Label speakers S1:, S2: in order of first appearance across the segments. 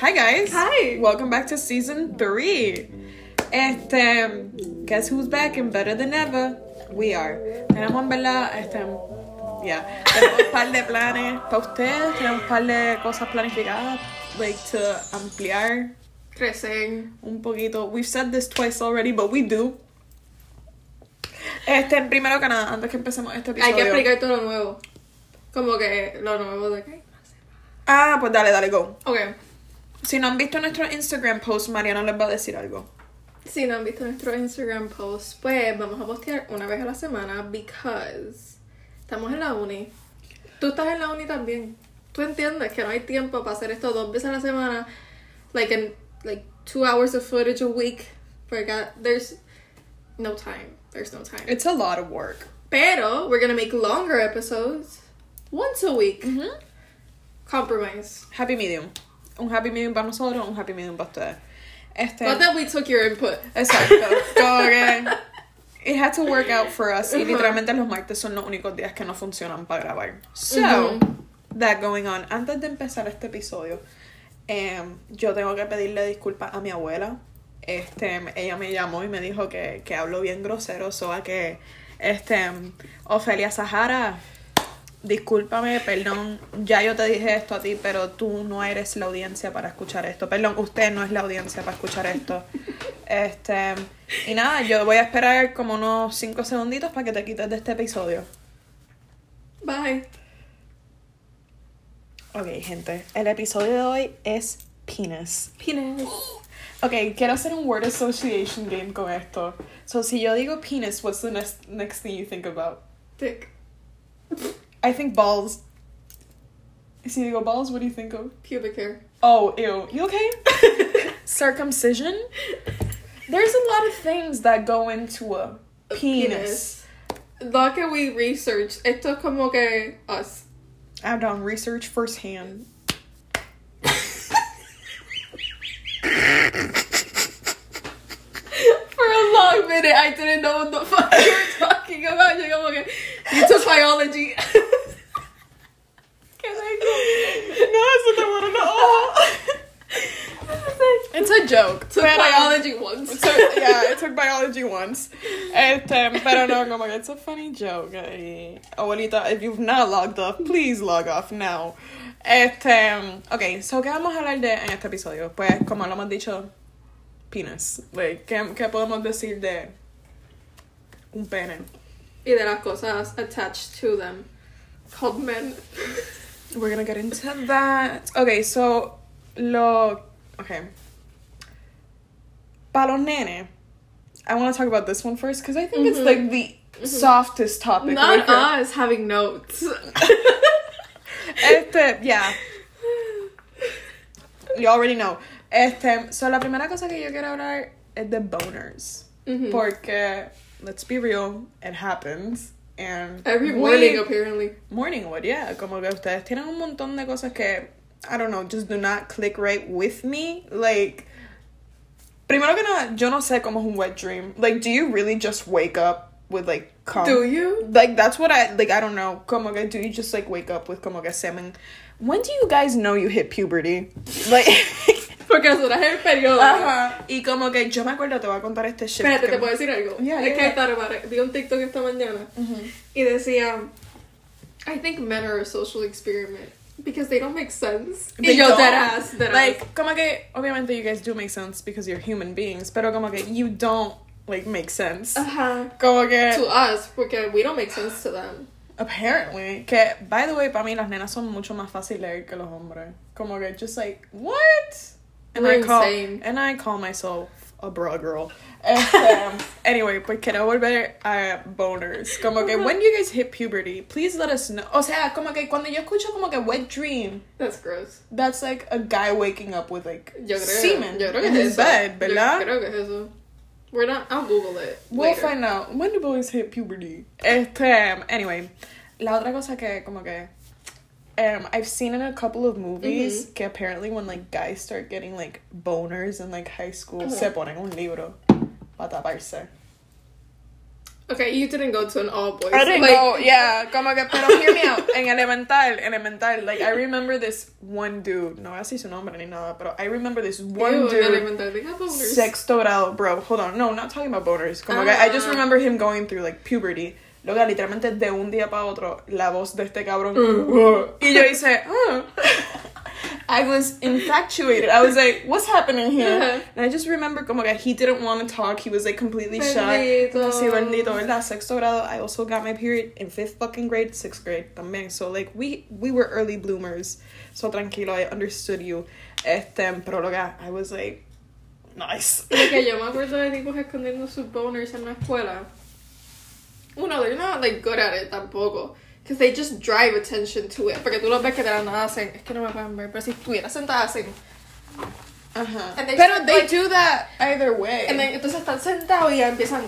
S1: Hi guys.
S2: Hi.
S1: Welcome back to season three. Este, guess who's back and better than ever? We are. Tenemos en verdad, este, yeah. Tenemos un par de planes para ustedes. Tenemos un par de cosas planificadas, like to ampliar
S2: Crecer.
S1: un poquito. We've said this twice already, but we do. Este, primero que nada, antes que empecemos este episodio.
S2: Hay que explicar todo lo nuevo. Como que lo nuevo de qué.
S1: Ah, pues dale, dale, go.
S2: Ok.
S1: Si no han visto nuestro Instagram post, Mariana les va a decir algo.
S2: Si no han visto nuestro Instagram post, pues vamos a postear una vez a la semana because estamos en la uni. Tú estás en la uni también. Tú entiendes que no hay tiempo para hacer esto dos veces a la semana. Like in like two hours of footage a week. Porque there's no time. There's no time.
S1: It's a lot of work.
S2: Pero we're gonna make longer episodes once a week.
S1: Mm-hmm.
S2: Compromise.
S1: Happy medium. Un happy medium para nosotros, un happy medium para ustedes. Este,
S2: Not that we took your input.
S1: exacto. Como que it had to work out for us. Y
S2: Ujú.
S1: literalmente los martes son los únicos días que no funcionan para grabar. So,
S2: Ujú.
S1: that going on. Antes de empezar este episodio, em, yo tengo que pedirle disculpas a mi abuela. Este, ella me llamó y me dijo que, que hablo bien grosero, so a que este Ofelia Sahara, discúlpame, perdón, ya yo te dije esto a ti, pero tú no eres la audiencia para escuchar esto. Perdón, usted no es la audiencia para escuchar esto. Este, y nada, yo voy a esperar como unos 5 segunditos para que te quites de este episodio.
S2: Bye.
S1: Ok, gente, el episodio de hoy es penis.
S2: Penis.
S1: Ok, quiero hacer un word association game con esto. So, si yo digo penis, what's the next, next thing you think about?
S2: Dick.
S1: I think balls. Si digo balls, what do you think of?
S2: Pubic hair.
S1: Oh, ew. You okay? Circumcision? There's a lot of things that go into a penis.
S2: Lo que we research. Esto es como que us.
S1: I've done research firsthand.
S2: For a long minute, I didn't know what the fuck you were talking about. Yo como que, you took biology.
S1: Can I No, it's not that one at all. It's a joke.
S2: took
S1: Pero-
S2: biology once.
S1: So, yeah, I took biology once. um, Este, pero no, como que it's a funny joke. eh. Abuelita, if you've not logged off, please log off now. Este, ok, so, ¿qué vamos a hablar de en este episodio? Pues, como lo hemos dicho, penis. Like, ¿qué, ¿Qué podemos decir de un pene?
S2: y de las cosas attached to them. Called men.
S1: We're gonna get into that. Okay, so lo okay. Para los nene, I want to talk about this one first because I think it's
S2: Mhm.
S1: like the softest topic.
S2: Not
S1: right
S2: us having notes.
S1: here. Este, yeah, you already know. Este, so la primera cosa que yo quiero hablar es de boners
S2: Mhm.
S1: porque let's be real, it happens and
S2: Every
S1: we-
S2: morning, apparently.
S1: Morningwood, yeah. Como que ustedes tienen un montón de cosas que, I don't know, just do not click right with me. Like, primero que nada, yo no sé cómo es un wet dream. Like, do you really just wake up with, like, cum?
S2: Do you?
S1: Like, that's what I, like, I don't know. Como que, do you just, like, wake up with como que semen? When do you guys know you hit puberty? Like,
S2: Porque nosotras es el periodo.
S1: ajá. Y como que, yo me acuerdo, te voy a contar este shit.
S2: Espérate,
S1: que-
S2: te puedo decir algo.
S1: Yeah,
S2: es
S1: yeah, yeah.
S2: que
S1: Mm-hmm.
S2: thought about it. Vi un TikTok esta mañana
S1: Ujú.
S2: y decía, I think men are a social experiment because they don't make sense.
S1: They
S2: y yo,
S1: don't.
S2: that ass, that ass.
S1: like como que obviamente you guys do make sense because you're human beings pero como que you don't like make sense
S2: Ajá.
S1: como que
S2: To us, porque we don't make sense to them.
S1: apparently que by the way para mí las nenas son mucho más fáciles que los hombres como que just like what and
S2: We're
S1: I call
S2: insane.
S1: and I call myself a bra girl Este, anyway pues quiero volver a boners como que when you guys hit puberty please let us know o sea como que cuando yo escucho como que wet dream
S2: That's gross.
S1: That's like a guy waking up with like
S2: Yo creo,
S1: semen
S2: yo creo que
S1: in
S2: es
S1: his
S2: eso.
S1: bed,
S2: Yo
S1: ¿verdad?
S2: creo que es eso. We're not, I'll Google it.
S1: We'll
S2: later.
S1: find out. When do boys hit puberty? Este, um, anyway, la otra cosa que como que um, I've seen in a couple of movies que apparently when like guys start getting like boners in like high school
S2: Ujú.
S1: se ponen un libro para taparse.
S2: Okay, you didn't go to an all boys.
S1: I didn't
S2: like,
S1: go, yeah, como que, pero hear me out. En elemental, elemental, like, I remember this one dude, no voy a decir su nombre ni nada, pero I remember this one
S2: ew,
S1: dude,
S2: elemental, they have boners.
S1: sexto grado, bro, hold on, no, not talking about boners, como que I just
S2: Ah.
S1: remember him going through, like, puberty, Luego, literalmente, de un día para otro, la voz de este cabrón, y yo hice, "Ah." I was infatuated, I was like, what's happening here?
S2: Ajá.
S1: And I just remember como que he didn't want to talk, he was, like, completely shy.
S2: Bendito.
S1: Sí, bendito, ¿verdad? Sexto grado, I also got my period in fifth fucking grade, sixth grade también. So, like, we, we were early bloomers. So, tranquilo, I understood you. Este, pero lo que, I was like, nice.
S2: Porque yo me acuerdo de tipos escondiendo sus boners en la escuela. Uno, they're not like good at it tampoco. Because they just drive attention to it. Porque tú los ves que de la nada hacen. Es que no me pueden ver, pero si estuviera sentada hacen.
S1: Ajá.
S2: And they
S1: Pero
S2: said,
S1: they
S2: like-
S1: do that either way.
S2: And then, entonces están sentados y ya empiezan.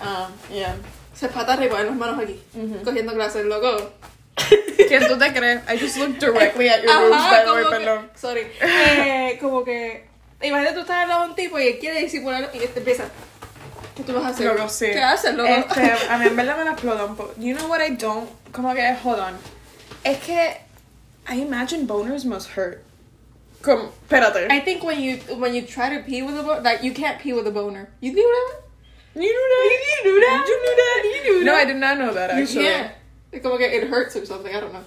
S1: Um, yeah.
S2: Se pata arriba en las manos aquí. Cogiendo clases, loco.
S1: ¿Qué tú te crees? I just looked directly at your boobs, by the way,
S2: como que-
S1: perdón.
S2: Sorry. Eh, como que. Imagínate tú estás al lado de un tipo y él quiere disimular y te empieza. ¿Qué tú vas a hacer?
S1: Loco, sí.
S2: ¿Qué haces, loco?
S1: Este, a mí en verdad me la explota un poco. You know what I don't, como que, hold on. Es que, I imagine boners must hurt. Como, espérate.
S2: I think when you when you try to pee with a boner, like you can't pee with a boner. You do
S1: You knew that. You knew
S2: that?
S1: You knew that.
S2: You knew
S1: No,
S2: that.
S1: I did not know that
S2: that? You
S1: actually.
S2: can't. It's como que it hurts or something. I don't know.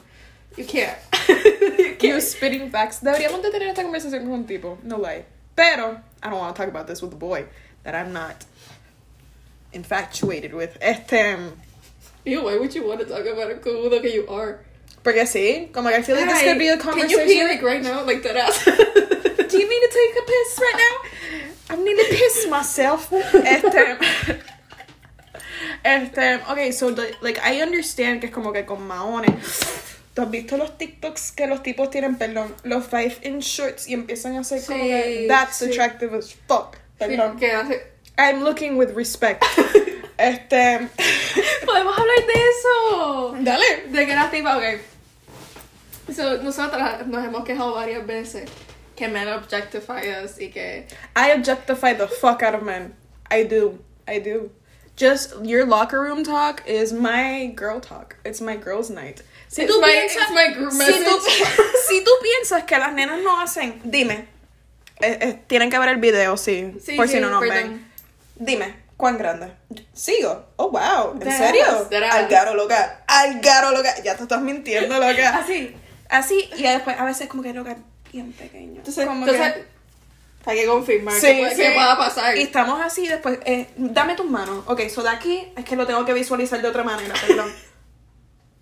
S2: You can't.
S1: You, spitting facts. Deberíamos de tener esta conversación con un tipo. No lie. Pero I don't want to talk about this with a boy that I'm not infatuated with. Este, um,
S2: Ew, why would you want to talk about it cool look that you are?
S1: porque sí, como que I feel like this could be a
S2: Hi, Can you pee
S1: conversation.
S2: like right now? Like that ass.
S1: Do you mean to take a piss right now? I need to piss myself. Este. Este, ok, so, the- like, I understand que es como que con maones. ¿Tú has visto los TikToks que los tipos tienen, perdón, los five inch shorts y empiezan a hacer como
S2: Sí,
S1: que that's
S2: sí.
S1: attractive as fuck? Perdón.
S2: ¿Qué hace?
S1: I'm looking with respect. este,
S2: Podemos hablar de eso.
S1: dale.
S2: De que las tipas, ok. So, nosotras nos hemos quejado varias veces que men objectify us y que.
S1: I objectify the fuck out of men. I do. I do. Just your locker room talk is my girl talk. It's my girls' night. Si
S2: It's
S1: tú
S2: my-
S1: piensas-
S2: it's my group
S1: si tú,
S2: message.
S1: si tú piensas que las nenas no hacen, dime. Eh, eh, tienen que ver el video, sí.
S2: Sí,
S1: por si
S2: sí,
S1: no nos
S2: perdón.
S1: ven. Dime, ¿cuán grande? Sigo. Oh, wow. ¿En
S2: Deras,
S1: serio?
S2: deras.
S1: Algaro loca. Algaro loca. Ya te estás mintiendo, loca.
S2: Así.
S1: Así, y después a veces como que loca bien pequeño.
S2: Entonces,
S1: Como
S2: entonces
S1: que-
S2: hay que confirmar
S1: Sí,
S2: qué, puede- qué
S1: sí.
S2: pueda pasar.
S1: Y estamos así después. eh, dame tus manos. Ok, eso de aquí es que lo tengo que visualizar de otra manera, perdón.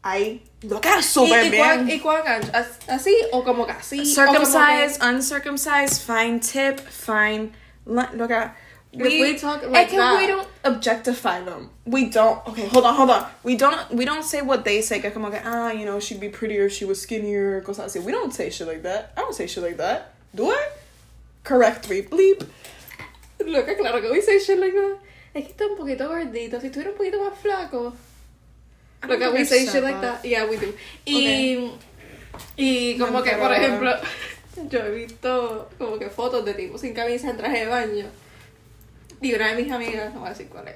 S1: Ahí. Lo que súper
S2: y, y cuán-
S1: bien.
S2: y cuán ancho, as- así o como que así.
S1: Circumcised, uncircumcised, fine tip, fine. li- Lo que.
S2: If we talk like
S1: es que
S2: that.
S1: we don't objectify them. We don't. Okay, hold on, hold on. We don't. We don't say what they say. Que es como que ah, you know, she'd be prettier, if she was skinnier, cosas así. We don't say shit like that. I don't say shit like that. Do I? Correct me, bleep.
S2: Loca, claro que voy a say shit like that. Es que está un poquito gordito. Si estuviera un poquito más flaco.
S1: I don't
S2: Loca, we
S1: think
S2: say
S1: I've
S2: shit
S1: said
S2: like
S1: that.
S2: that. Yeah, we do. Y, y como
S1: No,
S2: que,
S1: pero
S2: por
S1: ahora-
S2: ejemplo, yo he visto como que fotos de tipo sin camisa en traje de baño. Y una de mis amigas, no voy a decir cuál es,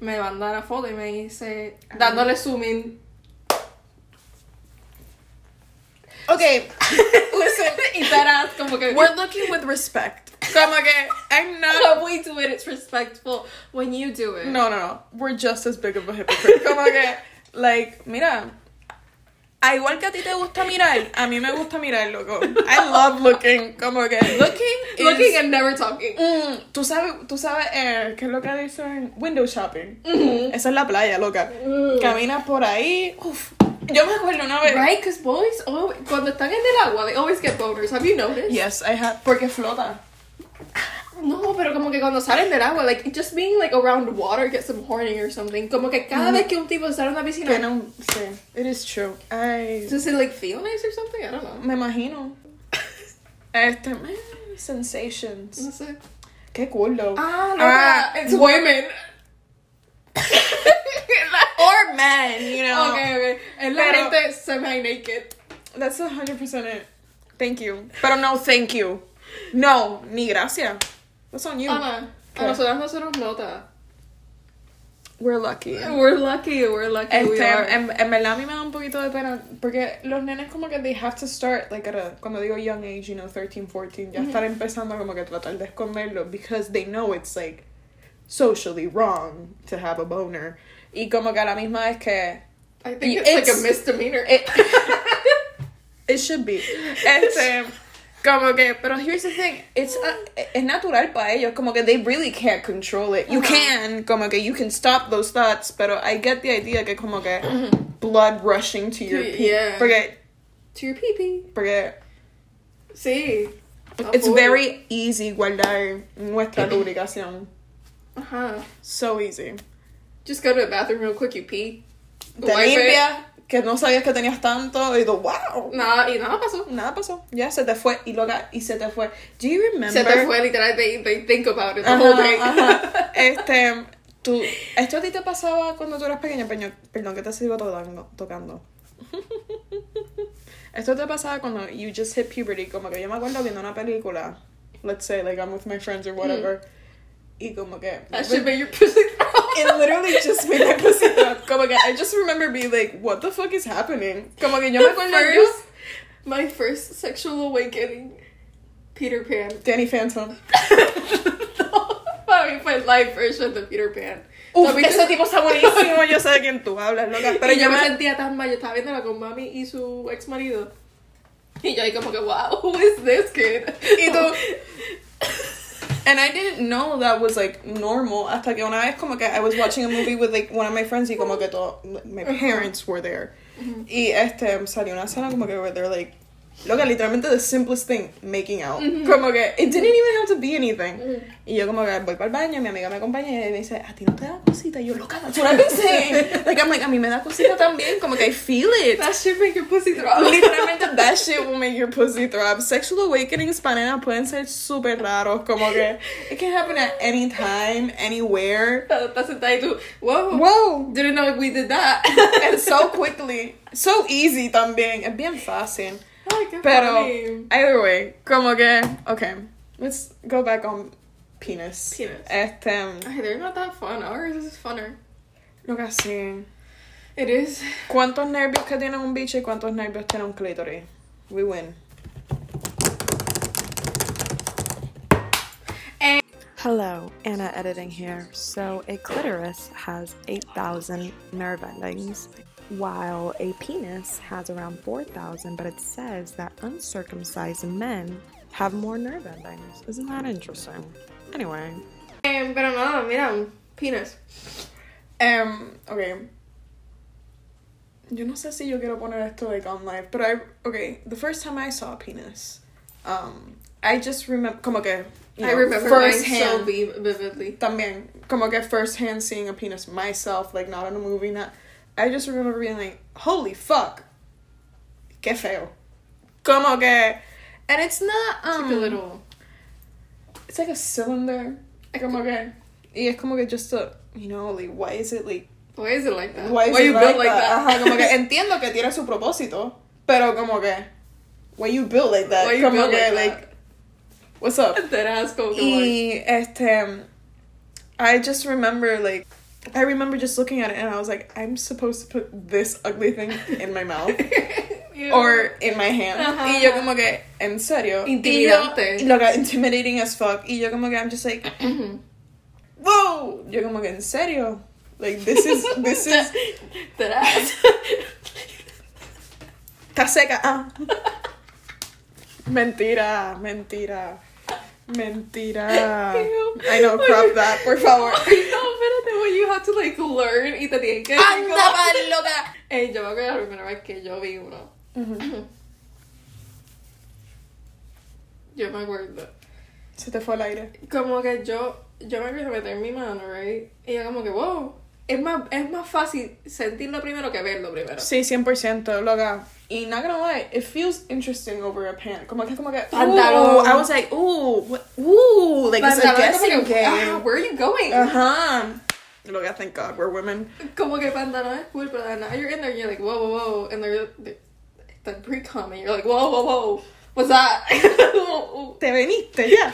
S2: me manda la foto y me dice, dándole zoom in.
S1: Okay, listen.
S2: y taras, como que.
S1: We're looking with respect. Como que I'm not.
S2: When we do it, it's respectful. When you do it.
S1: No, no, no. We're just as big of a hypocrite. Como que, like, mira. A igual que a ti te gusta mirar, a mí me gusta mirar, loco. I love looking. Como que looking is.
S2: Looking and never talking.
S1: Mm, tú sabes, tú sabes eh, qué es lo que dicen window shopping. Esa es la playa, loca. Caminas por ahí. Uf. Yo me acuerdo una vez.
S2: Right? Because boys, always, cuando están en el agua, they always get boners. Have you noticed?
S1: Yes, I have. Porque flota.
S2: No, pero como que cuando salen del agua, like, just being like around water gets them horny or something. Como que cada vez Mm-hmm. que un tipo sale a una piscina,
S1: Tiene un- sí. It is true. I.
S2: does it like feel nice or something? I don't know.
S1: Me imagino. Este, eh, sensations.
S2: No sé.
S1: Qué culo.
S2: Ah, no,
S1: Ah,
S2: it's
S1: wo-
S2: women.
S1: Or men, you know.
S2: Okay, okay. Es la
S1: Pero-
S2: gente semi-naked.
S1: That's 100% it. Thank you. Pero no, thank you. No,
S2: Mm.
S1: ni gracias. That's on you.
S2: Ana,
S1: ¿Qué?
S2: a nosotras nosotros nota.
S1: We're lucky.
S2: We're lucky, we're lucky. we
S1: Este,
S2: are.
S1: en, en verdad a mí me da un poquito de pena porque los nenes como que they have to start like at a, cuando digo young age, you know, 13, 14, ya estar empezando como que a tratar de esconderlo because they know it's like socially wrong to have a boner y como que a la misma vez que
S2: I think
S1: y
S2: it's, like a
S1: it's-
S2: misdemeanor.
S1: it, it should be. Este, como que, pero here's the thing, it's a- es natural para ellos, como que they really can't control it. You
S2: Ajá.
S1: can, como que you can stop those thoughts, pero I get the idea que como que
S2: Mm-hmm.
S1: blood rushing to your
S2: To-
S1: pee.
S2: yeah.
S1: Porque,
S2: to your pee pee.
S1: porque
S2: Sí.
S1: it's
S2: Apoyo.
S1: very easy guardar nuestra lubricación.
S2: Ajá.
S1: So easy.
S2: Uh-huh. Just go to the bathroom real quick, you pee.
S1: Te
S2: Wipe it.
S1: limpia, que no sabías que tenías tanto, y tú, wow.
S2: Nada, y nada pasó.
S1: Nada pasó. Ya se te fue. Y loca, y se te fue. Do you remember?
S2: Se te fue, literal, they, they think about it the
S1: Ajá,
S2: whole day.
S1: ajá. Este, tú, ¿esto a ti te pasaba cuando tú eras pequeña? Peño- perdón, que te sigo tocando. tocando. Esto te pasaba cuando you just hit puberty, como que yo me acuerdo viendo una película, let's say, like I'm with my friends or whatever, y como que...
S2: That should be your pussy.
S1: It literally just made my pussy drop. Como que I just remember being like, what the fuck is happening? Como que yo me acuerdo yo...
S2: first, my first sexual awakening, Peter Pan.
S1: Danny Phantom.
S2: no, mami, fue live version de Peter Pan.
S1: Uf,
S2: Lo vi-
S1: ese tipo está buenísimo, yo sé de quién tú hablas, loca. Pero
S2: y
S1: yo me...
S2: sentía tan mal, yo estaba viéndola con mami y su ex marido. Y yo ahí como que, wow, who is this kid?
S1: Y tú- And I didn't know that was like normal hasta que una vez como que I was watching a movie with like one of my friends y como que todo, my parents were there. Y este salió una escena como que where they're like, loca, literalmente the simplest thing, making out. Como que it didn't even have to be anything. Y yo como que voy para el baño, mi amiga me acompaña y ella me dice, a ti no te da cosita. Y yo, loca, that's what I've been saying. Like I'm like, a mí me da cosita también, como que I feel it.
S2: That shit make your pussy drop.
S1: Literalmente, that shit will make your pussy throb. Sexual awakenings para nena pueden ser súper raros, como que it can happen at any time, anywhere.
S2: Estás sentada y tú, wow,
S1: Wow,
S2: didn't know we did that.
S1: and so quickly, so easy también, es bien fácil.
S2: Ay, qué
S1: Pero
S2: funny.
S1: either way, como que okay, let's go back on penis.
S2: Penis.
S1: Este,
S2: Ay, they're not that fun. Ours is funner.
S1: lo que así.
S2: It is.
S1: ¿Cuántos nervios que tiene un bicho y cuántos nervios tiene un clítoris? We win.
S2: Eh.
S1: Hello, Anna editing here. So, a clitoris has 8,000 nerve endings, while a penis has around 4,000, but it says that uncircumcised men have more nerve endings. Isn't that interesting? Anyway.
S2: Eh, pero no, mira, un penis.
S1: Um, okay. Yo no sé si yo quiero poner esto like on live, but I okay. The first time I saw a penis, um, I just remember como que you
S2: I
S1: know,
S2: remember
S1: first
S2: mine so
S1: hand
S2: vi- vividly.
S1: también como que first hand seeing a penis myself like not in a movie not. I just remember being like holy fuck, que feo, como que, and it's not um
S2: Like a little.
S1: it's like a cylinder como que y es como que just a you know like why is it like
S2: Why is it like that?
S1: Why, is it
S2: you
S1: like
S2: built like that?
S1: that? Ajá, como que entiendo que tiene su propósito, pero como que why you built like that?
S2: Why you
S1: como
S2: built
S1: que
S2: like
S1: like,
S2: that?
S1: what's up?
S2: That ass como que
S1: Y este I just remember like I remember just looking at it and I was like I'm supposed to put this ugly thing in my mouth
S2: Ew.
S1: or in my hand.
S2: Ajá.
S1: Y yo como que en serio. Y
S2: Intimidante.
S1: yo- loca, intimidating as fuck. Y yo como que I'm just like whoa. Yo como que en serio. Like this is this is
S2: that ass.
S1: Está seca. Ah. Mentira, mentira. Mentira.
S2: Ew.
S1: Uh, I know, crop that, por favor.
S2: Ay, no, espérate, when you have to like learn y te tienen que.
S1: Anda, pa'l loca. Mm-hmm.
S2: Ey, yo me acuerdo la primera vez que yo vi uno. Yo me acuerdo.
S1: Se te fue el aire.
S2: Como que yo, yo me acuerdo de meter mi mano, right? Y yo como que, wow, es más, es más fácil sentirlo primero que verlo primero.
S1: Sí, 100%, loca. Y not gonna lie, it feels interesting over a pant. Como que, como que,
S2: Pantalón.
S1: ooh, I was like, ooh, what, ooh, like it's a
S2: Pantalón, como
S1: guessing
S2: que, ah,
S1: game.
S2: where are you going?
S1: Ajá. Loca, thank God, we're women.
S2: Como que pantalón es cool, pero now you're in there, you're like, whoa, whoa, whoa, and they're, they're the pre-com, and you're like, whoa, whoa, whoa, what's that?
S1: Te veniste, ya.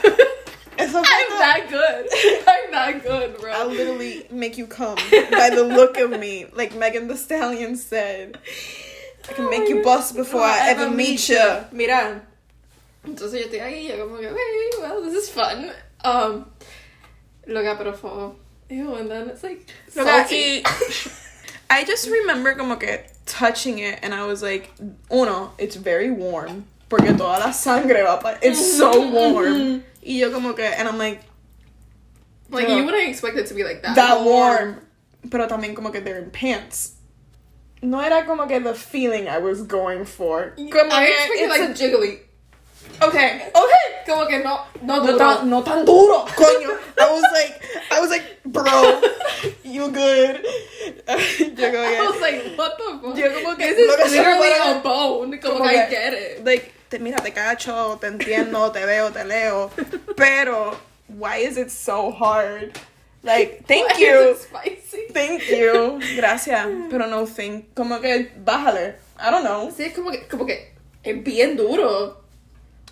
S1: Eso fue
S2: I'm
S1: todo.
S2: that good. I'm that good,
S1: I'll
S2: bro.
S1: literally make you come by the look of me, like Megan the Stallion said. I
S2: Oh
S1: can make you bust before I ever meet ya.
S2: Mira. Entonces yo estoy ahí, yo como que, hey, well, this is fun. Um, loca, pero fue. Ew, and then it's like.
S1: Loca,
S2: salty.
S1: I just remember como que touching it and I was like, uno, it's very warm. Porque toda la sangre va pa- It's so warm. Y yo como que, and I'm like,
S2: like, you wouldn't expect it to be like that.
S1: that warm. Pero también como que they're in pants. No era como que the feeling I was going for. Como
S2: I
S1: que
S2: expected oh,
S1: it's
S2: like
S1: a-
S2: jiggly.
S1: okay,
S2: Okay. Como que no, no
S1: No
S2: duro.
S1: tan, no tan duro, coño. I was like, I was like, bro, you good. Yo como
S2: I was
S1: que,
S2: like, what the fuck?
S1: Yo como que-
S2: this is
S1: lo que se me
S2: literally
S1: para-
S2: a bone. Como,
S1: como
S2: que I
S1: que-
S2: get it.
S1: like, te, mira, te cacho, te entiendo, te veo, te leo, pero why is it so hard? Like, thank
S2: Why
S1: you,
S2: Is it spicy?
S1: thank you, gracias, pero no thank. Como que bájale, I don't know.
S2: Sí, es como que, como que es bien duro.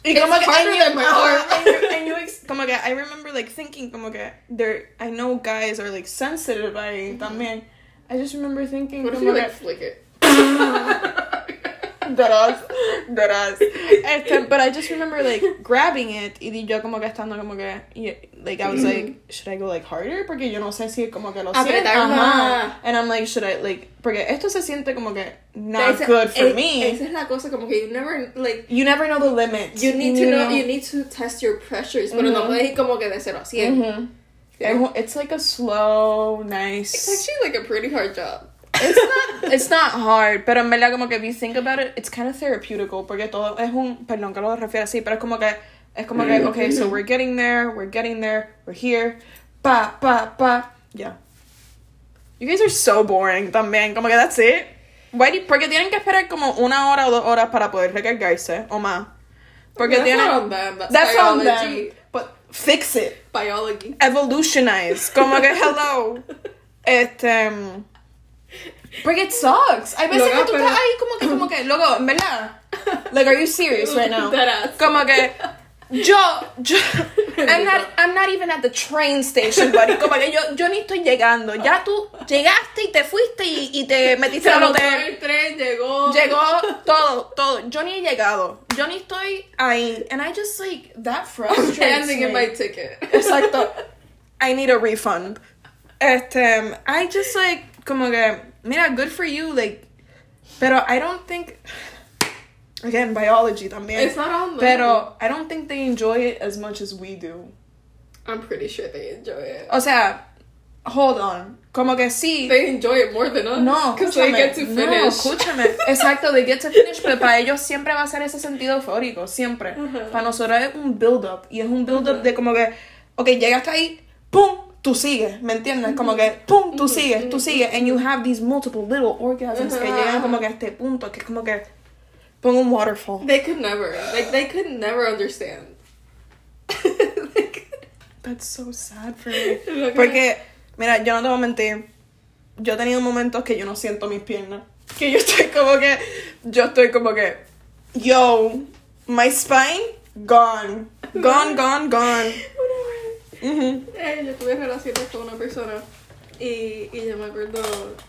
S1: Y
S2: It's
S1: como que,
S2: harder
S1: and you,
S2: than my
S1: ajá,
S2: arm.
S1: and you- and you ex- como que I remember like thinking como que there I know guys are like sensitive I también. I just remember thinking
S2: What if
S1: como
S2: you like
S1: que
S2: flick it?
S1: deras, deras. Este, but I just remember like grabbing it y di- yo como que estando como que y- like I was like should I go like harder porque yo no sé si como que lo siento.
S2: Mm-hmm. Apretar más.
S1: Ajá. And I'm like should I like porque esto se siente como que not
S2: Esa-
S1: good for
S2: es-
S1: me.
S2: Esa es la cosa, como que you never, like,
S1: you never know the limits.
S2: you need to know, you need to test your pressures, pero no
S1: Ujú.
S2: puedes ir como que de 0 a 100.
S1: hmm It's like a slow, nice.
S2: It's actually like a pretty hard job.
S1: It's not. it's not hard, pero en verdad como que if you think about it, it's kind of therapeutical porque todo es un perdón que lo refiero así, pero es como que es como que okay, so we're getting there, we're getting there, we're here, pa pa pa, yeah. You guys are so boring también, como que that's it. Why do- porque tienen que esperar como una hora o dos horas para poder recargarse o más. Porque
S2: that's
S1: tienen
S2: not on them, that's,
S1: that's on
S2: biology.
S1: them. But fix it.
S2: Biology.
S1: evolutionize. Como que hello. Este. mm, Porque it sucks. Hay veces
S2: Loca,
S1: que tú
S2: pero-
S1: estás ahí como que, como que, loco, en verdad. Like, are you serious right now?
S2: Deadass.
S1: Como que. Yo, yo, I'm not, I'm not even at the train station, buddy. Como que yo, yo ni estoy llegando. Ya tú llegaste y te fuiste y, y te metiste
S2: Se
S1: al
S2: lo
S1: hotel.
S2: el tren, llegó.
S1: Llegó todo, todo. Yo ni he llegado. Yo ni estoy ahí. And I just like, that frustrates
S2: Handing
S1: me.
S2: in my ticket.
S1: Exacto. I need a refund. Este, I just like, como que, mira, good for you, like, pero I don't think, again, biology también.
S2: It's not on them.
S1: Pero I don't think they enjoy it as much as we do.
S2: I'm pretty sure they enjoy it.
S1: O sea, hold on. Como que sí.
S2: They enjoy it more than us.
S1: No,
S2: Because they
S1: escúchame.
S2: get to
S1: No,
S2: finish.
S1: escúchame. Exacto, they get to finish, pero para ellos siempre va a ser ese sentido eufórico, siempre. Para nosotros es un build-up, y es un build-up de como que, ok, llegas ahí, pum, tú sigues, ¿me entiendes? Como que, pum, tú sigues, tú sigues, and you have these multiple little orgasms que
S2: Ujú.
S1: llegan como que a este punto, que es como que, pongo un waterfall.
S2: They could never. Like they could never understand. like,
S1: That's so sad for me.
S2: Loca.
S1: Porque, mira, yo no te voy a mentir. Yo he tenido momentos que yo no siento mis piernas. Que yo estoy como que. Yo estoy como que. Yo, my spine, gone. Gone, gone, gone. Mhm.
S2: Eh, yo tuve relaciones con una persona y, y yo me acuerdo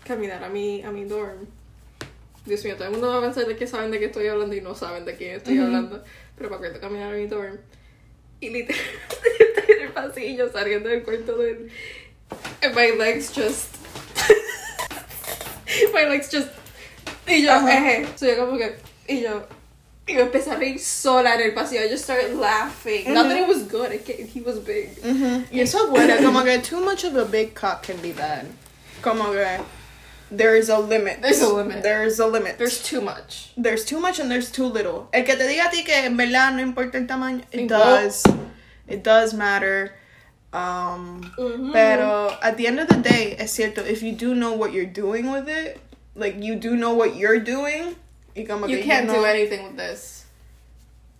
S2: caminar a mi, a mi dorm. Dios mío, todo el mundo va a pensar de que saben de qué estoy hablando y no saben de quién estoy
S1: Ujú.
S2: hablando. Pero me acuerdo caminar a mi dorm y literalmente yo estoy en el pasillo saliendo del cuarto de él. And my legs just. my legs just. Y yo, eh,
S1: Ajá.
S2: eje. So yo como que. Y yo. Y yo empecé a reír sola en el pasillo. I just started laughing. Not that it was good, es que he was big.
S1: mhm.
S2: Mm-hmm.
S1: Y eso es bueno. Como que too much of a big cock can be bad. Como que. There is a limit.
S2: There's a limit.
S1: There is a limit.
S2: There's too much.
S1: There's too much and there's too little. El que te diga a ti que en verdad no importa el tamaño, it
S2: No.
S1: does. It does matter. Um, Pero at the end of the day, es cierto, if you do know what you're doing with it, like you do know what you're doing, y como que
S2: you can't
S1: no-
S2: do anything with this.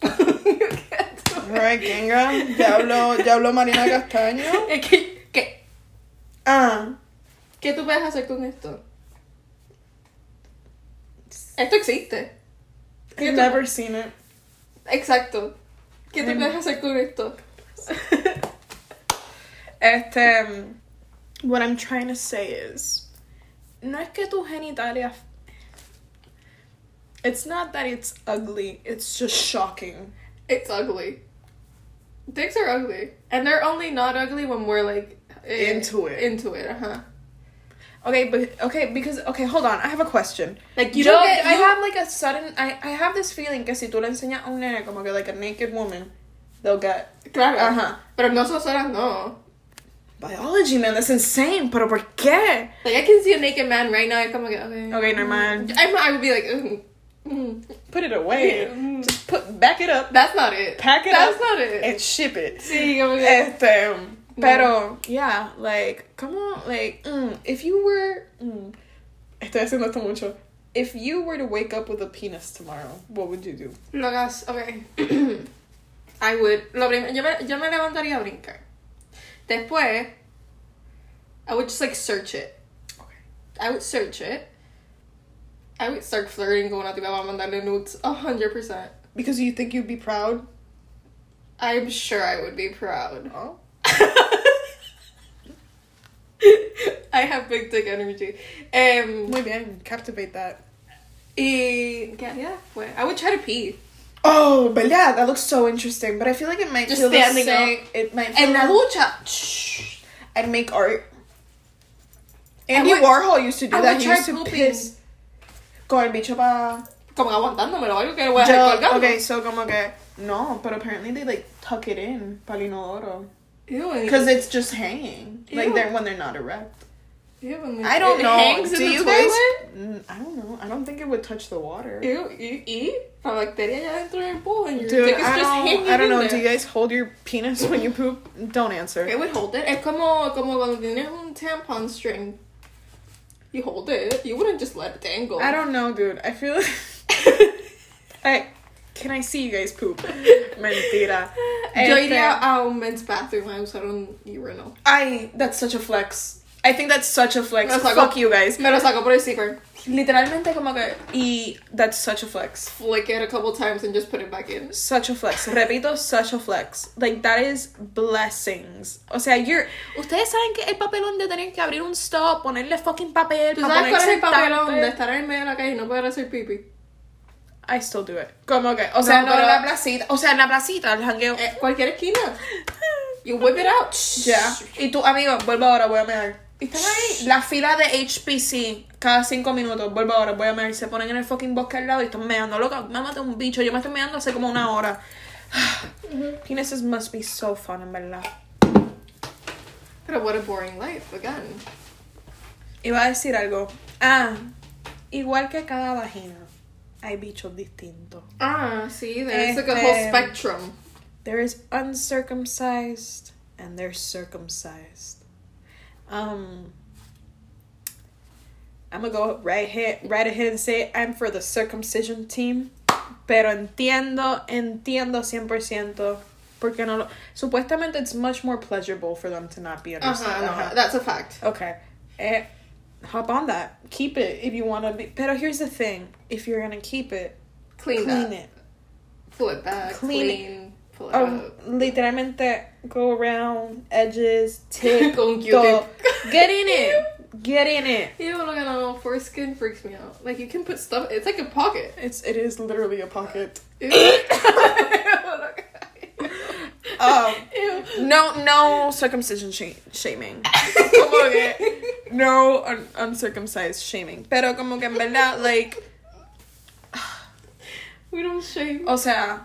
S2: you can't do
S1: Right, Kinga. Ya habló, ya habló Marina Castaño.
S2: Es que, ¿qué,
S1: Ah,
S2: ¿Qué tú puedes hacer con esto? Esto existe.
S1: I've never seen it.
S2: Exacto. ¿Qué tú
S1: Mm.
S2: puedes hacer con esto?
S1: Este. um, What I'm trying to say is. No es que tus genitalias. It's not that it's ugly, it's just shocking.
S2: It's ugly. Dicks are ugly. And they're only not ugly when we're like eh,
S1: Into it.
S2: Into it, uh huh.
S1: Okay, but okay, because okay, hold on, I have a question.
S2: Like
S1: You Yo,
S2: you don't
S1: que-
S2: get
S1: I
S2: you-
S1: have like a sudden, I, I have this feeling que si tú le enseñas a un nene como que like a naked woman, they'll get.
S2: Claro.
S1: Ajá.
S2: Pero nosotras no.
S1: Biology, man, that's insane. Pero por qué?
S2: Like I can see a naked man right now. I come like okay.
S1: Okay, normal.
S2: I'm, I would be like, mm, mm,
S1: Put it away.
S2: mm.
S1: Just put back it up
S2: that's not it.
S1: Pack it
S2: that's
S1: up Eh,
S2: not it.
S1: and ship it.
S2: Sí, como que-
S1: Este, pero yeah, like come on, like mm, if you were mm, estoy haciendo esto mucho. If you were to wake up with a penis tomorrow, what would you do?
S2: No gas, okay. I would. Lo primero, yo me, yo me levantaría a brincar. Después, I would just like search it. I would search it. I would start flirting con una tipa para mandarle nudes a hundred percent.
S1: Because you think you'd be proud?
S2: I'm sure I would be proud.
S1: Oh.
S2: I have big dick energy. Um,
S1: Muy bien, captivate that.
S2: y ¿qué haría después? I would try to pee.
S1: Oh, but yeah, that looks so interesting. But I feel like it might
S2: Just
S1: feel the
S2: standing
S1: same.
S2: up.
S1: It might feel
S2: En la
S1: the-
S2: ducha.
S1: I'd make art. Andy
S2: would-
S1: Warhol used to do
S2: I
S1: that.
S2: would
S1: He
S2: try
S1: used to
S2: pooping.
S1: piss con el bicho pa.
S2: Como aguantándomelo algo que lo voy a
S1: Yo-
S2: dejar colgando.
S1: okay, so como que no, but apparently they like tuck it in pal inodoro
S2: Ew, and-
S1: because it's just hanging like
S2: Ew.
S1: they're when they're not erect.
S2: Ew, and
S1: I don't
S2: eh, it
S1: know.
S2: Hangs
S1: do
S2: in
S1: you
S2: the toilet?
S1: guys? Mm, I don't know. I don't think it would touch the water.
S2: Ew, y, y la bacteria allá dentro del pool and your
S1: Dude,
S2: dick is
S1: I
S2: just
S1: don't,
S2: hanging
S1: I don't know.
S2: in
S1: Do you
S2: there.
S1: guys hold your penis when you poop? Don't answer.
S2: It would hold it. Es como, como cuando tienes un tampon string. You hold it. You wouldn't just let it dangle.
S1: I don't know, dude. I feel. I can I see you guys poop? Mentira.
S2: Yo
S1: Este-
S2: iría a un men's bathroom a usar un urinal.
S1: I. That's such a flex. I think that's such a flex.
S2: That's like
S1: Fuck
S2: a-
S1: you guys.
S2: Me lo saco por el zipper.
S1: Literalmente como que. Y that's such a flex.
S2: Flick it a couple times and just put it back in.
S1: Such a flex. Repito, such a flex. Like that is blessings. O sea, you're. Ustedes saben que el papelón de tener que abrir un stop, ponerle fucking papel.
S2: ¿Tú
S1: pa'
S2: sabes cuál es
S1: ponerse
S2: el papelón
S1: tante.
S2: de estar en medio de la calle y no poder hacer pipi?
S1: I still do it. Como que. O sea, no,
S2: pero-
S1: en la placita. O sea, en la placita, el jangueo.
S2: Eh, cualquier esquina. You whip it out.
S1: Ya. Y tu amigo, vuelvo ahora, voy a mear. Están ahí. La fila de HPC, cada cinco minutos, vuelvo ahora, voy a mear. Se ponen en el fucking bosque al lado y están meando. Loca, mámate un bicho. Yo me estoy meando hace como una hora. Penises must be so fun, en verdad.
S2: Pero what a boring life, again.
S1: Iba a decir algo. Ah, igual que cada vagina, hay bichos distintos.
S2: Ah, sí, there's like a
S1: Este-
S2: whole spectrum.
S1: There is uncircumcised and there's circumcised. Um I'm gonna go right here, right ahead and say I'm for the circumcision team. Pero entiendo, entiendo 100% porque no lo, supuestamente it's much more pleasurable for them to not be
S2: Uh-huh,
S1: understood.
S2: uh-huh,
S1: Ajá.
S2: That's a fact.
S1: Okay. Eh, hop on that. Keep it if you want to be. Pero here's the thing, if you're going to keep it,
S2: Clean,
S1: clean
S2: that.
S1: it.
S2: Pull it back.
S1: Clean
S2: Clean.
S1: it.
S2: Pull it
S1: Um,
S2: up.
S1: literalmente go around edges, tip,
S2: Con Q-tip.
S1: todo. Get in it. Get in it.
S2: Ew, look at all foreskin freaks me out. Like you can put stuff. It's like a pocket.
S1: It's it is literally a pocket.
S2: Ew. Ew, look at it.
S1: Um,
S2: Ew.
S1: no, no circumcision sh- shaming. como que no un- uncircumcised shaming. Pero como que en verdad, like,
S2: We don't shave.
S1: o sea,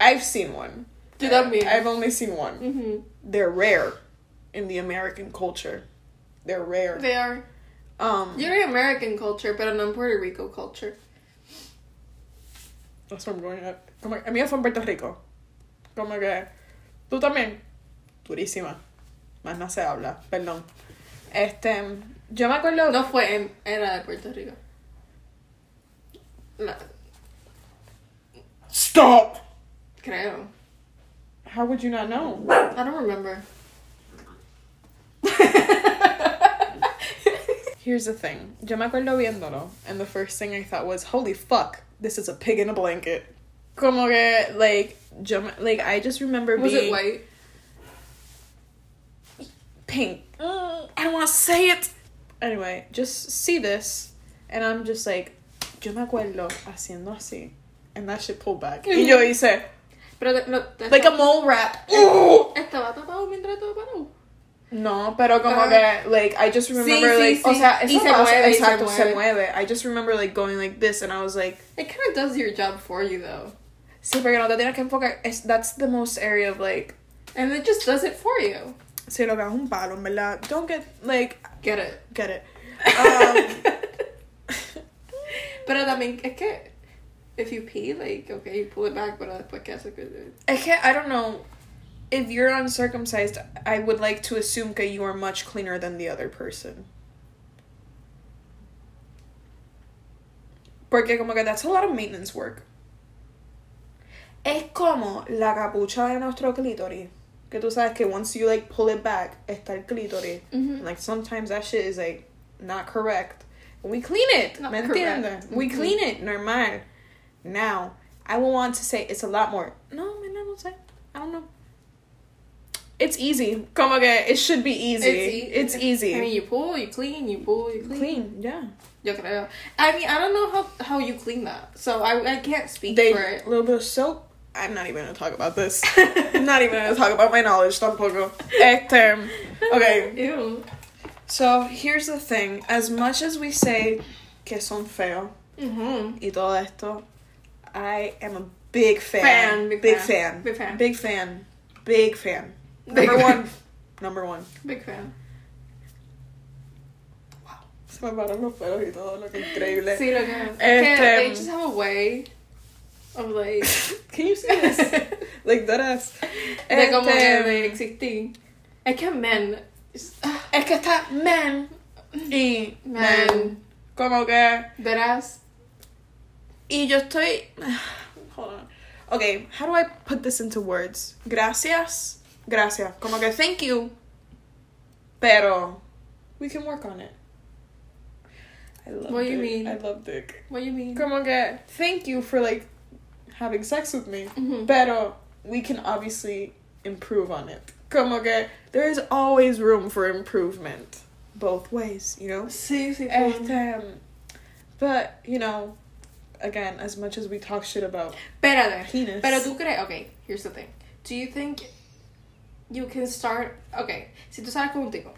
S1: I've seen one.
S2: Do that mean?
S1: I've only seen one.
S2: hmm
S1: They're rare in the American culture. They're rare.
S2: They are.
S1: Um,
S2: You're in American culture, but I'm in Puerto Rico culture.
S1: That's where I'm going at. Como, el mío fue en Puerto Rico. Como que. Tú también. Durísima. Más no se habla, perdón. Este. Yo me acuerdo.
S2: No fue en, era de Puerto Rico. No,
S1: Stop!
S2: creo.
S1: How would you not know?
S2: I don't remember.
S1: Here's the thing. Yo me acuerdo viéndolo, and the first thing I thought was, holy fuck, this is a pig in a blanket. Como que, like, yo me- like I just remember
S2: Was
S1: being.
S2: it white?
S1: pink. Mm, I don't want to say it. Anyway, just see this, and I'm just like, yo me acuerdo haciendo así, and that shit pulled back. Y yo hice,
S2: Pero te- lo- te-
S1: like a mole wrap. Ugh.
S2: estaba tapado mientras estaba parado.
S1: No, pero como
S2: Ah.
S1: que, like, I just remember,
S2: sí,
S1: like, o
S2: sí.
S1: sea,
S2: Y
S1: eso
S2: se
S1: pasa-
S2: mueve, y se
S1: exacto, se
S2: mueve.
S1: mueve. I just remember, like, going like this, and I was like,
S2: It kind of does your job for you though.
S1: sí, porque no te tienes que enfocar. Es, that's the most area of, like,
S2: And it just does it for you.
S1: si lo que es un palo, en verdad, don't get, like,
S2: Get it.
S1: get it. Um,
S2: Pero también es que if you pee, like, okay, you pull it back, pero después qué haces que
S1: I can't, I don't know. If you're uncircumcised, I would like to assume that you are much cleaner than the other person. Porque como que that's a lot of maintenance work. Es como la capucha de nuestro clítoris. Que tú sabes que once you like pull it back, está el clítoris. And,
S2: Mhm.
S1: Mm-hmm. like sometimes that shit is like not correct. We clean it.
S2: Not
S1: ¿Me
S2: correct.
S1: entiendes? We
S2: Mhm.
S1: clean it normal. Now, I will want to say it's a lot more. No, I don't say. I don't know. It's easy. Como que it should be easy. It's, easy.
S2: I mean, e- you pull, you clean, you pull, you clean.
S1: clean, yeah.
S2: Yo creo. I mean, I don't know how, how you clean that, so I, I can't speak
S1: They
S2: for it.
S1: a little bit of soap. I'm not even gonna talk about this. I'm not even gonna talk about my knowledge tampoco. Este, okay.
S2: Ew.
S1: So here's the thing. As much as we say que son feo,
S2: Mhm.
S1: y todo esto. I am a big fan.
S2: Fan,
S1: big,
S2: big
S1: fan.
S2: fan. Big fan.
S1: Big fan. Big fan.
S2: Big
S1: Number
S2: fan.
S1: one. Number one.
S2: Big fan.
S1: Se me paran los pelos y todo lo que increíble.
S2: Sí, lo que es.
S1: Este-
S2: Que They just have a way of like.
S1: Can you see this? like that ass.
S2: de como que
S1: Este,
S2: de existir. Es que men. ah,
S1: es que está men y
S2: Men.
S1: Como que.
S2: Verás.
S1: Y yo estoy. Hold on. Okay, how do I put this into words? Gracias. Gracias. Como que thank you. Pero. We can work on it. I love
S2: What do
S1: dick.
S2: you mean?
S1: I love dick.
S2: What you mean?
S1: Como que thank you for like having sex with me.
S2: Mhm.
S1: Pero we can obviously improve on it. Como que there is always room for improvement. Both ways, you know?
S2: Sí, sí,
S1: Este, um, but you know, again, as much as we talk shit about
S2: Espérate.
S1: penis,
S2: Pero tú crees, okay, here's the thing. Do you think you can start, okay, si tú sales con un tico,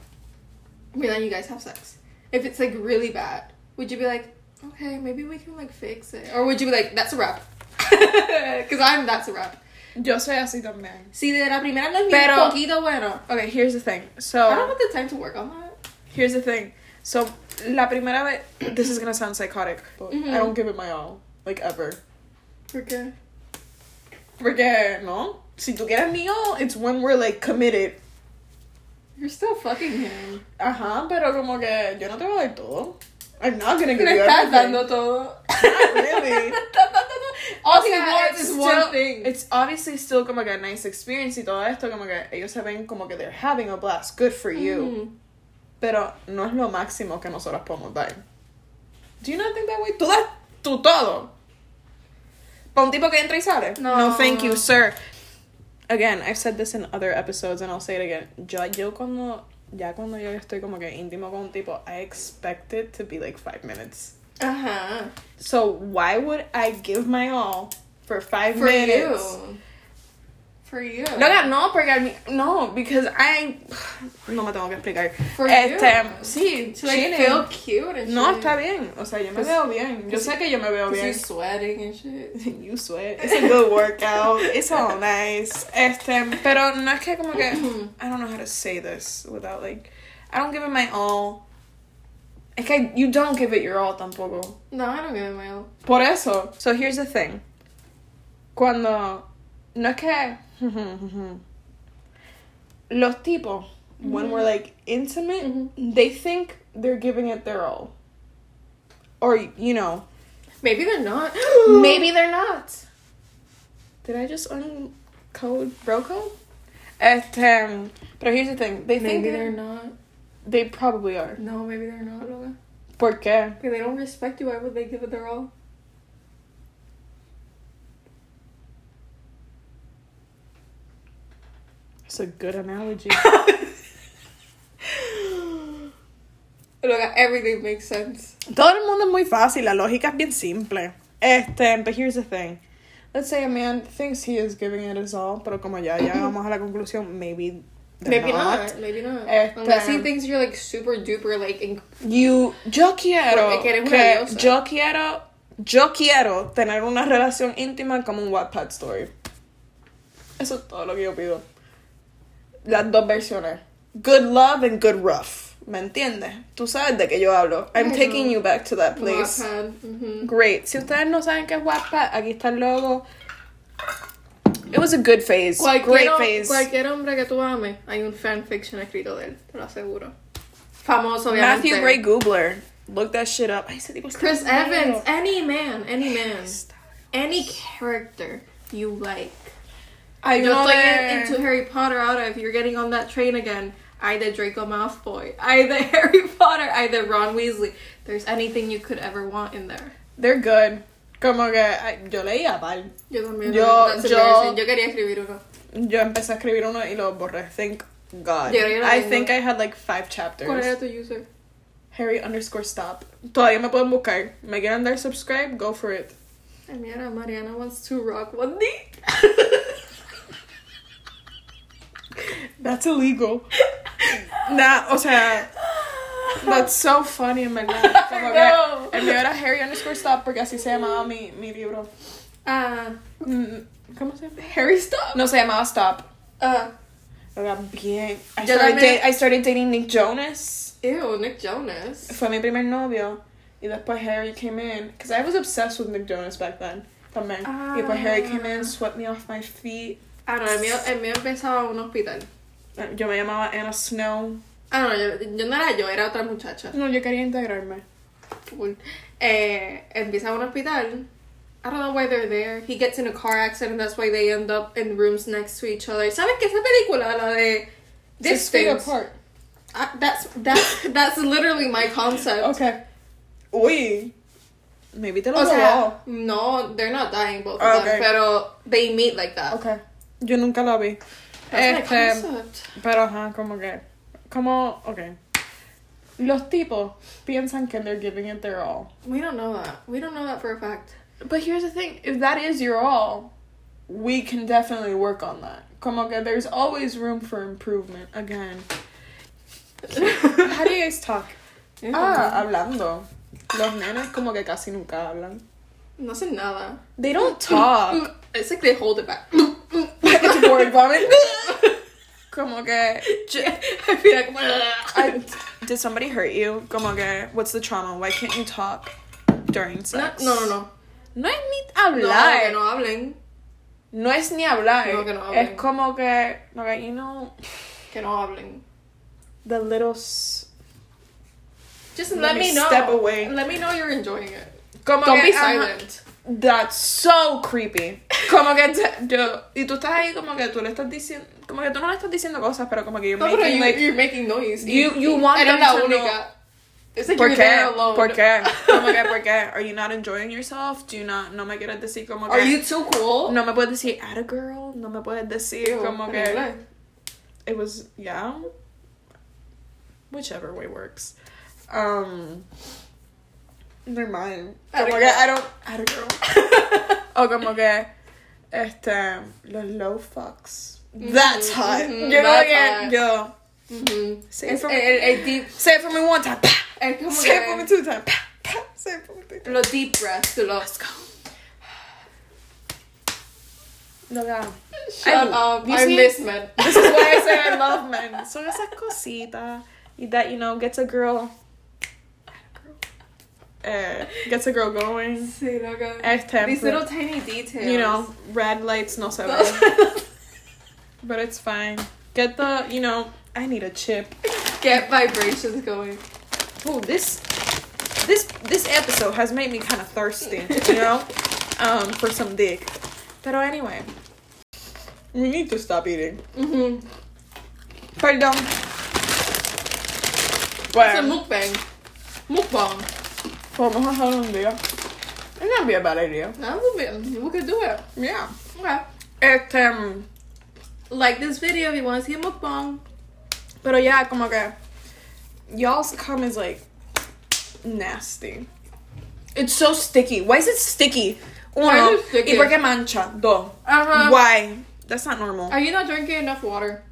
S2: and then you guys have sex, if it's like really bad, would you be like, okay, maybe we can like fix it? Or would you be like, that's a wrap? Because I'm, that's a wrap.
S1: yo soy así también.
S2: Si de la primera no es ni
S1: Pero-
S2: un poquito bueno,
S1: Okay, here's the thing.
S2: I don't
S1: So
S2: have the time to work on that.
S1: here's the thing. So la primera vez, this is gonna sound psychotic, but
S2: Mhm.
S1: I don't give it my all, like ever.
S2: Okay.
S1: Porque no, si tú quieres mi all, it's when we're like committed.
S2: You're still fucking him.
S1: Ajá, pero como que yo no te voy a dar todo. I'm not gonna
S2: Le
S1: give you
S2: estás
S1: everything.
S2: dando todo.
S1: Not really.
S2: Le estás dando todo. All
S1: O
S2: he
S1: sea,
S2: wants
S1: it's
S2: is
S1: still-
S2: one thing.
S1: It's obviously still como que a nice experience y todo esto, como que ellos se ven como que they're having a blast, good for you.
S2: Mhm.
S1: Pero no es lo máximo que nosotros podemos dar. Do you not think that way? Tú das tu todo. Para un tipo que entra y sale.
S2: No.
S1: thank you, sir. Again, I've said this in other episodes and I'll say it again. Yo, yo cuando, ya cuando yo estoy como que íntimo con un tipo, I expect it to be like five minutes.
S2: Hmm. Ajá.
S1: So why would I give my all for five
S2: For
S1: minutes?
S2: you. For you.
S1: Loca, no, porque a mí- no, because I no me tengo que explicar.
S2: For
S1: este,
S2: you.
S1: sí,
S2: To like
S1: chilling.
S2: feel cute and
S1: No,
S2: shit.
S1: está bien. O sea, yo me
S2: Pues-
S1: veo bien. Yo
S2: pues
S1: sé que yo me veo
S2: 'Cause
S1: bien.
S2: you're sweating and shit.
S1: You sweat. It's a good workout. It's all nice. Este, pero no es que como que I don't know how to say this without like I don't give it my all. Es que you don't give it your all tampoco.
S2: No, I don't get it, my own.
S1: Por eso. So here's the thing. Cuando no es que los tipos when we're like intimate,
S2: Mhm.
S1: they think they're giving it their all. Or you know,
S2: Maybe they're not.
S1: maybe they're not. Did I just uncode bro code? Este, but here's the thing. They think
S2: Maybe
S1: it-
S2: they're not.
S1: they probably are.
S2: No, maybe they're not, Lola.
S1: ¿Por qué?
S2: If they don't respect you, why would they give it their all?
S1: That's a good analogy.
S2: Look, everything makes sense.
S1: Todo el mundo es muy fácil, la lógica es bien simple. Este, but here's the thing. Let's say a man thinks he is giving it his all, pero como ya llegamos a la conclusión, maybe they're
S2: Maybe not. Eh, Maybe not.
S1: Este-
S2: Unless he thinks you're like super duper like in-
S1: You, yo quiero
S2: Porque eres una
S1: que-
S2: diosa.
S1: yo quiero yo quiero tener una relación íntima como un Wattpad story. Eso es todo lo que yo pido. Las dos versiones. Good love and good rough. ¿Me entiendes? Tú sabes de qué yo hablo. I'm
S2: Ay,
S1: taking
S2: no.
S1: you back to that place.
S2: Wattpad. Mhm.
S1: Great. Si ustedes no saben qué es Wattpad, aquí está el logo. It was a good phase.
S2: Cualquier,
S1: Great
S2: hom-
S1: phase.
S2: cualquier hombre que tú ames, hay un fanfiction escrito de él, te lo aseguro. Famoso, obviamente.
S1: Matthew Gray Goobler. Look that shit up. Ay, ese tipo está
S2: Chris
S1: malo.
S2: Evans, any man, any man,
S1: Está-
S2: any character you like.
S1: Hay
S2: Yo
S1: uno
S2: estoy
S1: de-
S2: en- into Harry Potter ahora. If you're getting on that train again, either Draco Malfoy, either Harry Potter, either Ron Weasley. There's anything you could ever want in there.
S1: They're good. Como que ay, yo leía pal.
S2: Yo también.
S1: Yo-
S2: that's
S1: yo-
S2: embarrassing. yo quería escribir uno.
S1: Yo empecé a escribir uno y lo borré. Thank God.
S2: Yo leí la
S1: I
S2: misma.
S1: think I had like five chapters.
S2: ¿Cuál era tu user?
S1: Harry underscore stop. Todavía me pueden buscar. Me quieren dar subscribe, go for it.
S2: Ay, mira, uh, Mariana wants to rock one day.
S1: That's illegal. Nah, o sea, that's so funny en verdad. Como
S2: No.
S1: que el mío era Harry underscore stop porque así se llamaba mi, mi libro.
S2: Ah,
S1: Mm, ¿Cómo se llama?
S2: Harry stop.
S1: No se llamaba stop.
S2: Ah,
S1: Era bien. I
S2: Yo
S1: started,
S2: también-
S1: da- I started dating Nick Jonas.
S2: ew, Nick Jonas.
S1: fue mi primer novio y después Harry came in because I was obsessed with McDonald's back then también y después Harry came in swept me off my feet
S2: Ah, no, el mío, el mío empezaba en un hospital.
S1: yo me llamaba Anna Snow
S2: Ah, no, yo, yo no era yo, era otra muchacha.
S1: no yo quería integrarme
S2: Cool. Eh, empieza un hospital. I don't know why they're there. He gets in a car accident. That's why they end up in rooms next to each other. ¿Sabes qué? Esa película, la de
S1: Six
S2: This
S1: feet
S2: Things.
S1: apart
S2: Ah, that's, that's, that's literally my concept.
S1: okay uy maybe te lo
S2: O
S1: robó
S2: sea, no, they're not dying both of
S1: Ah,
S2: them,
S1: okay.
S2: pero they meet like that.
S1: okay yo nunca la vi
S2: That's my
S1: este
S2: concept.
S1: pero ajá como que como okay los tipos piensan que they're giving it their all
S2: We don't know that. We don't know that for a fact.
S1: But here's the thing, if that is your all, we can definitely work on that. Como que there's always room for improvement. Again. How do you guys talk?
S2: Ew.
S1: Ah, hablando. Los nenes como que casi nunca hablan.
S2: no sé nada.
S1: They don't talk.
S2: It's like they hold it back.
S1: it's word vomit. como que...
S2: I feel like.
S1: I, did somebody hurt you? Como que... What's the trauma? Why can't you talk during
S2: No,
S1: sex?
S2: no, no, no.
S1: No es ni
S2: No,
S1: hablar.
S2: que no hablen.
S1: No es ni hablar.
S2: No, que no hablen.
S1: es como que... No, que, you know...
S2: Que no hablen.
S1: the little s-
S2: Just let,
S1: Let
S2: me,
S1: me
S2: know.
S1: step away.
S2: Let me know you're enjoying it.
S1: como
S2: Don't
S1: que,
S2: be
S1: ajá,
S2: silent.
S1: that's so creepy como que te- yo y tú estás ahí como que tú le estás diciendo como que tú no le estás diciendo cosas pero como que you're
S2: No, pero
S1: making
S2: you,
S1: like
S2: you're making noise.
S1: You- you want
S2: Eres
S1: them
S2: la
S1: to
S2: única.
S1: know.
S2: It's like
S1: ¿Por
S2: you're
S1: qué?
S2: there alone. Oh
S1: ¿Por qué? Como que, ¿por qué? Are you not enjoying yourself? Do you not? No me quieres decir como que.
S2: Are you too cool?
S1: No me puedes decir at a girl. No me puedes decir
S2: Ew,
S1: como que.
S2: horrible.
S1: It was yeah. Whichever way works. Um. Never mind.
S2: At a
S1: Como que
S2: girl.
S1: I don't. At a girl. O como que este los low fucks. That's hot.
S2: mhm,
S1: yo
S2: Mm-hmm, that's
S1: creo
S2: hot.
S1: que yo
S2: Mhm.
S1: Say it
S2: Es
S1: for
S2: el,
S1: me.
S2: el, el deep.
S1: say it for me one time. pa,
S2: Es como
S1: say it for me
S2: que.
S1: two times. pa, pa, say it for me three times.
S2: Los deep breaths. Los.
S1: No, ya.
S2: Shut
S1: I-
S2: up.
S1: you
S2: I
S1: see?
S2: miss men.
S1: This is why I say I love men. Son esas cositas that you know gets a girl. Uh, gets a girl going.
S2: Sí, loca.
S1: Este,
S2: These
S1: pero-
S2: little tiny details.
S1: You know, red lights no se ven, but it's fine. Get the you know. I need a chip.
S2: Get vibrations going.
S1: Oh, this this this episode has made me kind of thirsty, you know, um, for some dick. But anyway, we need to stop eating.
S2: Mhm.
S1: Pardon.
S2: It's a
S1: Well,
S2: mukbang. Mukbang.
S1: vamos a hacer un día. It not be a bad idea.
S2: That would be. We could do it.
S1: Yeah.
S2: Okay.
S1: Este, um,
S2: Like this video if you want to see a mukbang.
S1: pero yeah, como que y'all's cum is like nasty. It's so sticky. Why is it sticky? Uno.
S2: Why is it sticky?
S1: ¿Y por qué mancha? Dos.
S2: Ajá.
S1: Why? That's not normal.
S2: Are you not drinking enough water?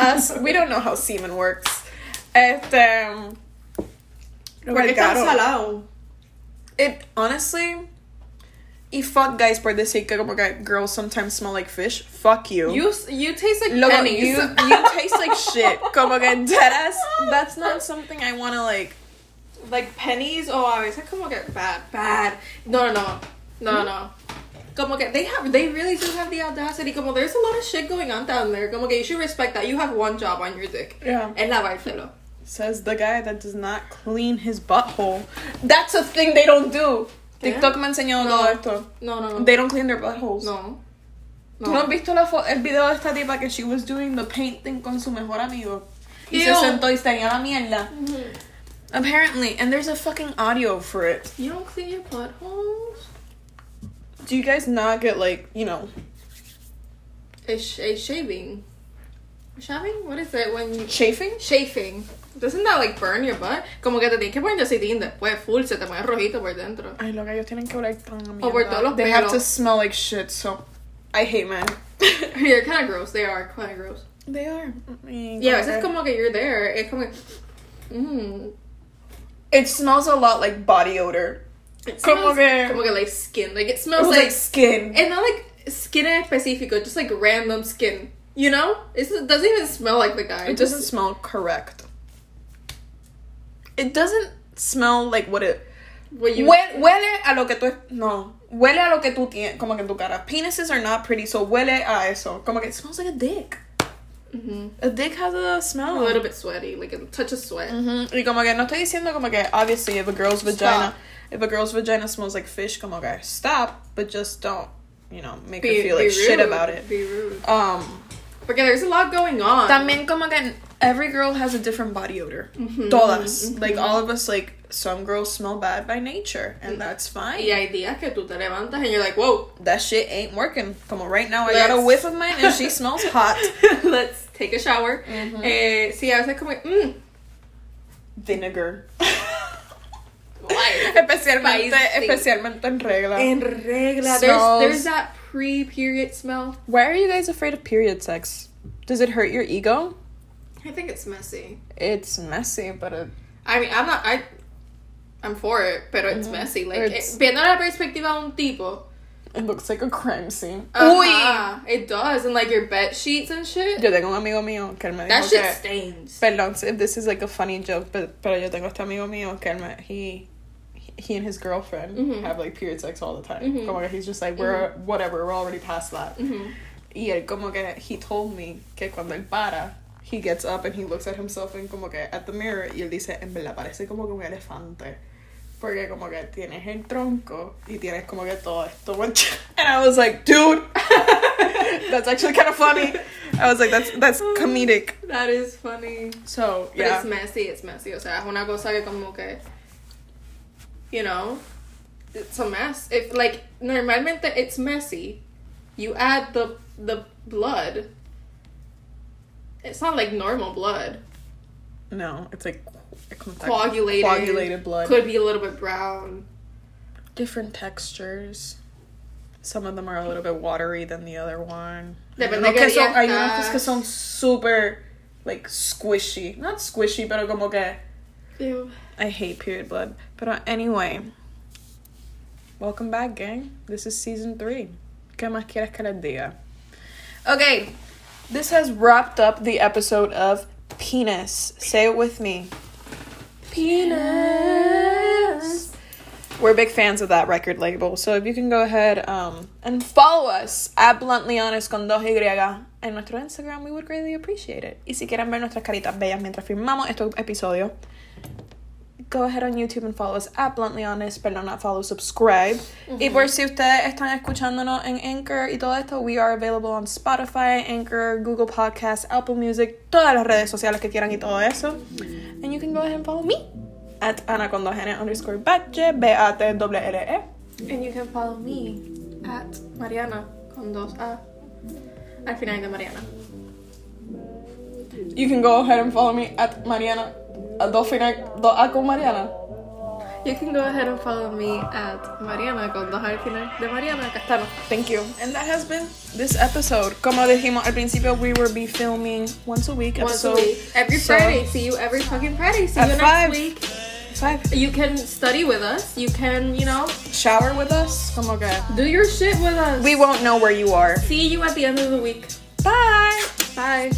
S1: Us, we don't know how semen works. Este. um,
S2: Porque está
S1: Ricardo.
S2: salado.
S1: It honestly. Y fuck guys por decir que como que girls sometimes smell like fish. Fuck you.
S2: You s- you taste like
S1: Loco,
S2: pennies.
S1: you, you taste like shit. Como que dead ass. That's not something I want to like.
S2: like pennies o a veces como que bad bad no no no no no como que they have they really do have the audacity como there's a lot of shit going on down there como que you should respect that you have one job on your dick
S1: Yeah.
S2: and lavárselo
S1: Says the guy that does not clean his butthole. That's a thing they don't do.
S2: ¿Qué?
S1: TikTok me enseñó
S2: No.
S1: todo esto.
S2: no no no
S1: They don't clean their buttholes.
S2: no
S1: ¿Tú no has
S2: no
S1: visto la fo- el video de esta tipa que she was doing the painting con su mejor amigo? Y se
S2: Ew.
S1: sentó y tenía la mierda. Apparently, and there's a fucking audio for it.
S2: you don't clean your buttholes
S1: Do you guys not get like, you know,
S2: it's, sh- it's shaving shaving what is it when you
S1: chafing?
S2: chafing doesn't that like burn your butt como que te tienes que poner aceite después full se te pone rojito por dentro
S1: Ay, loca, ellos tienen que oler tan a mierda.
S2: Over todos los
S1: They have to
S2: pelos.
S1: smell like shit, so I hate men.
S2: they're kind of gross they are kind of gross
S1: they are. Y
S2: Yeah,
S1: como
S2: a veces
S1: que-
S2: como que you're there, es como que... Mm,
S1: It smells a lot like body odor.
S2: it
S1: Como
S2: smells-
S1: que-
S2: Como que like skin, like it
S1: It
S2: smells
S1: was
S2: like...
S1: like skin.
S2: and not like skin in específico, just like random skin, you know? It's, it doesn't even smell like the guy.
S1: It doesn't smell correct. It doesn't smell like what it.
S2: What you...
S1: Hue- huele a lo que tú. No. Huele a lo que tú tienes. Como que en tu cara. Penises are not pretty, so huele a eso. Como que it smells like a dick.
S2: Mhm.
S1: A dick has a smell.
S2: A little bit sweaty, like a touch of sweat.
S1: Ujú, Y como que no estoy diciendo como que, obviously, if a girl's vagina,
S2: Stop.
S1: if a girl's vagina smells like fish, como que stop, but just don't, you know, make her feel like
S2: rude,
S1: shit about it.
S2: Be rude.
S1: Um,
S2: Porque there's a lot going on.
S1: también como que every girl has a different body odor.
S2: Mhm,
S1: Todas.
S2: mhm.
S1: Like, all of us, like, some girls smell bad by nature, and that's fine.
S2: Y hay días que tú te levantas and you're like, whoa.
S1: That shit ain't working. Como right now, I got a
S2: Let's-
S1: whiff of mine, and she smells hot. Mm-hmm.
S2: Let's take a shower. Eh, sí, a veces como que... Mm,
S1: Vinegar.
S2: why?
S1: especialmente,
S2: Spicy.
S1: especialmente en regla.
S2: En regla.
S1: Smells.
S2: There's, there's that pre-period smell.
S1: Why are you guys afraid of period sex? Does it hurt your ego?
S2: I think it's messy.
S1: It's messy, but it,
S2: I mean, I'm not. I, I'm for it, pero it's
S1: Ujú.
S2: messy. Like
S1: Mm-hmm. It's-
S2: eh, viendo la perspectiva de un tipo.
S1: it looks like a crime scene.
S2: Uy, it does, and like your bed sheets and shit.
S1: Yo tengo un amigo mío que él me dijo
S2: that shit
S1: que-
S2: stains.
S1: Perdón, if this is like a funny joke, but, pero yo tengo este amigo mío que él me, he, he and his girlfriend
S2: Mhm.
S1: have like period sex all the time.
S2: Mhm.
S1: Como que he's just like, we're, whatever, we're already past that.
S2: Mhm.
S1: Y él como que, he told me que cuando él para, he gets up and he looks at himself and como que at the mirror y él dice, en verdad parece como que un elefante. Porque como que tienes el tronco y tienes como que todo esto. And I was like, dude, that's actually kind of funny. I was like, that's, that's comedic.
S2: That is funny.
S1: So,
S2: But
S1: yeah.
S2: it's messy. It's messy. O sea, es una cosa que como que, you know, it's a mess. If like normalmente it's messy, you add the the blood. It's not like normal blood.
S1: No, it's like it comes back-
S2: Coagulated.
S1: coagulated blood.
S2: Could be a little bit brown.
S1: Different textures. Some of them are a little bit watery than the other one.
S2: Depende
S1: Hay unos
S2: qué
S1: que son,
S2: día
S1: hay unos
S2: estás.
S1: que son super like squishy. Not squishy, pero como que
S2: Ew.
S1: I hate period blood. But uh, anyway, welcome back, gang. This is season three. ¿Qué más quieres que les diga? Okay, this has wrapped up the episode of penis. Say it with me. Penis. We're big fans of that record label, so if you can go ahead um, and follow us at Bluntly Honest con dos Y en nuestro Instagram, we would greatly appreciate it. Y si quieren ver nuestras caritas bellas mientras filmamos este episodio, go ahead on YouTube and follow us at Bluntly Honest, pero not follow, subscribe. Y por si ustedes están escuchándonos en Anchor y todo esto, we are available on Spotify, Anchor, Google Podcasts, Apple Music, todas las redes sociales que quieran y todo eso. And you can go ahead and follow me at Ana con dos N underscore Bache, B-A-T-L-L-E.
S2: And you can follow me at Mariana con dos A. Al final de Mariana.
S1: You can go ahead and follow me at Mariana a dos final, dos A con Mariana.
S2: You can go ahead and follow me at Mariana con dos al final de Mariana Castano.
S1: Thank you. And that has been this episode. Como dijimos al principio, we will be filming once a week.
S2: Once a
S1: episode.
S2: week. Every
S1: So-
S2: Friday. See you every fucking Friday. See you
S1: At
S2: next
S1: five.
S2: week.
S1: Five.
S2: You can study with us. You can, you know,
S1: Shower with us. Como que.
S2: do your shit with us.
S1: We won't know where you are.
S2: see you at the end of the week.
S1: Bye.
S2: Bye.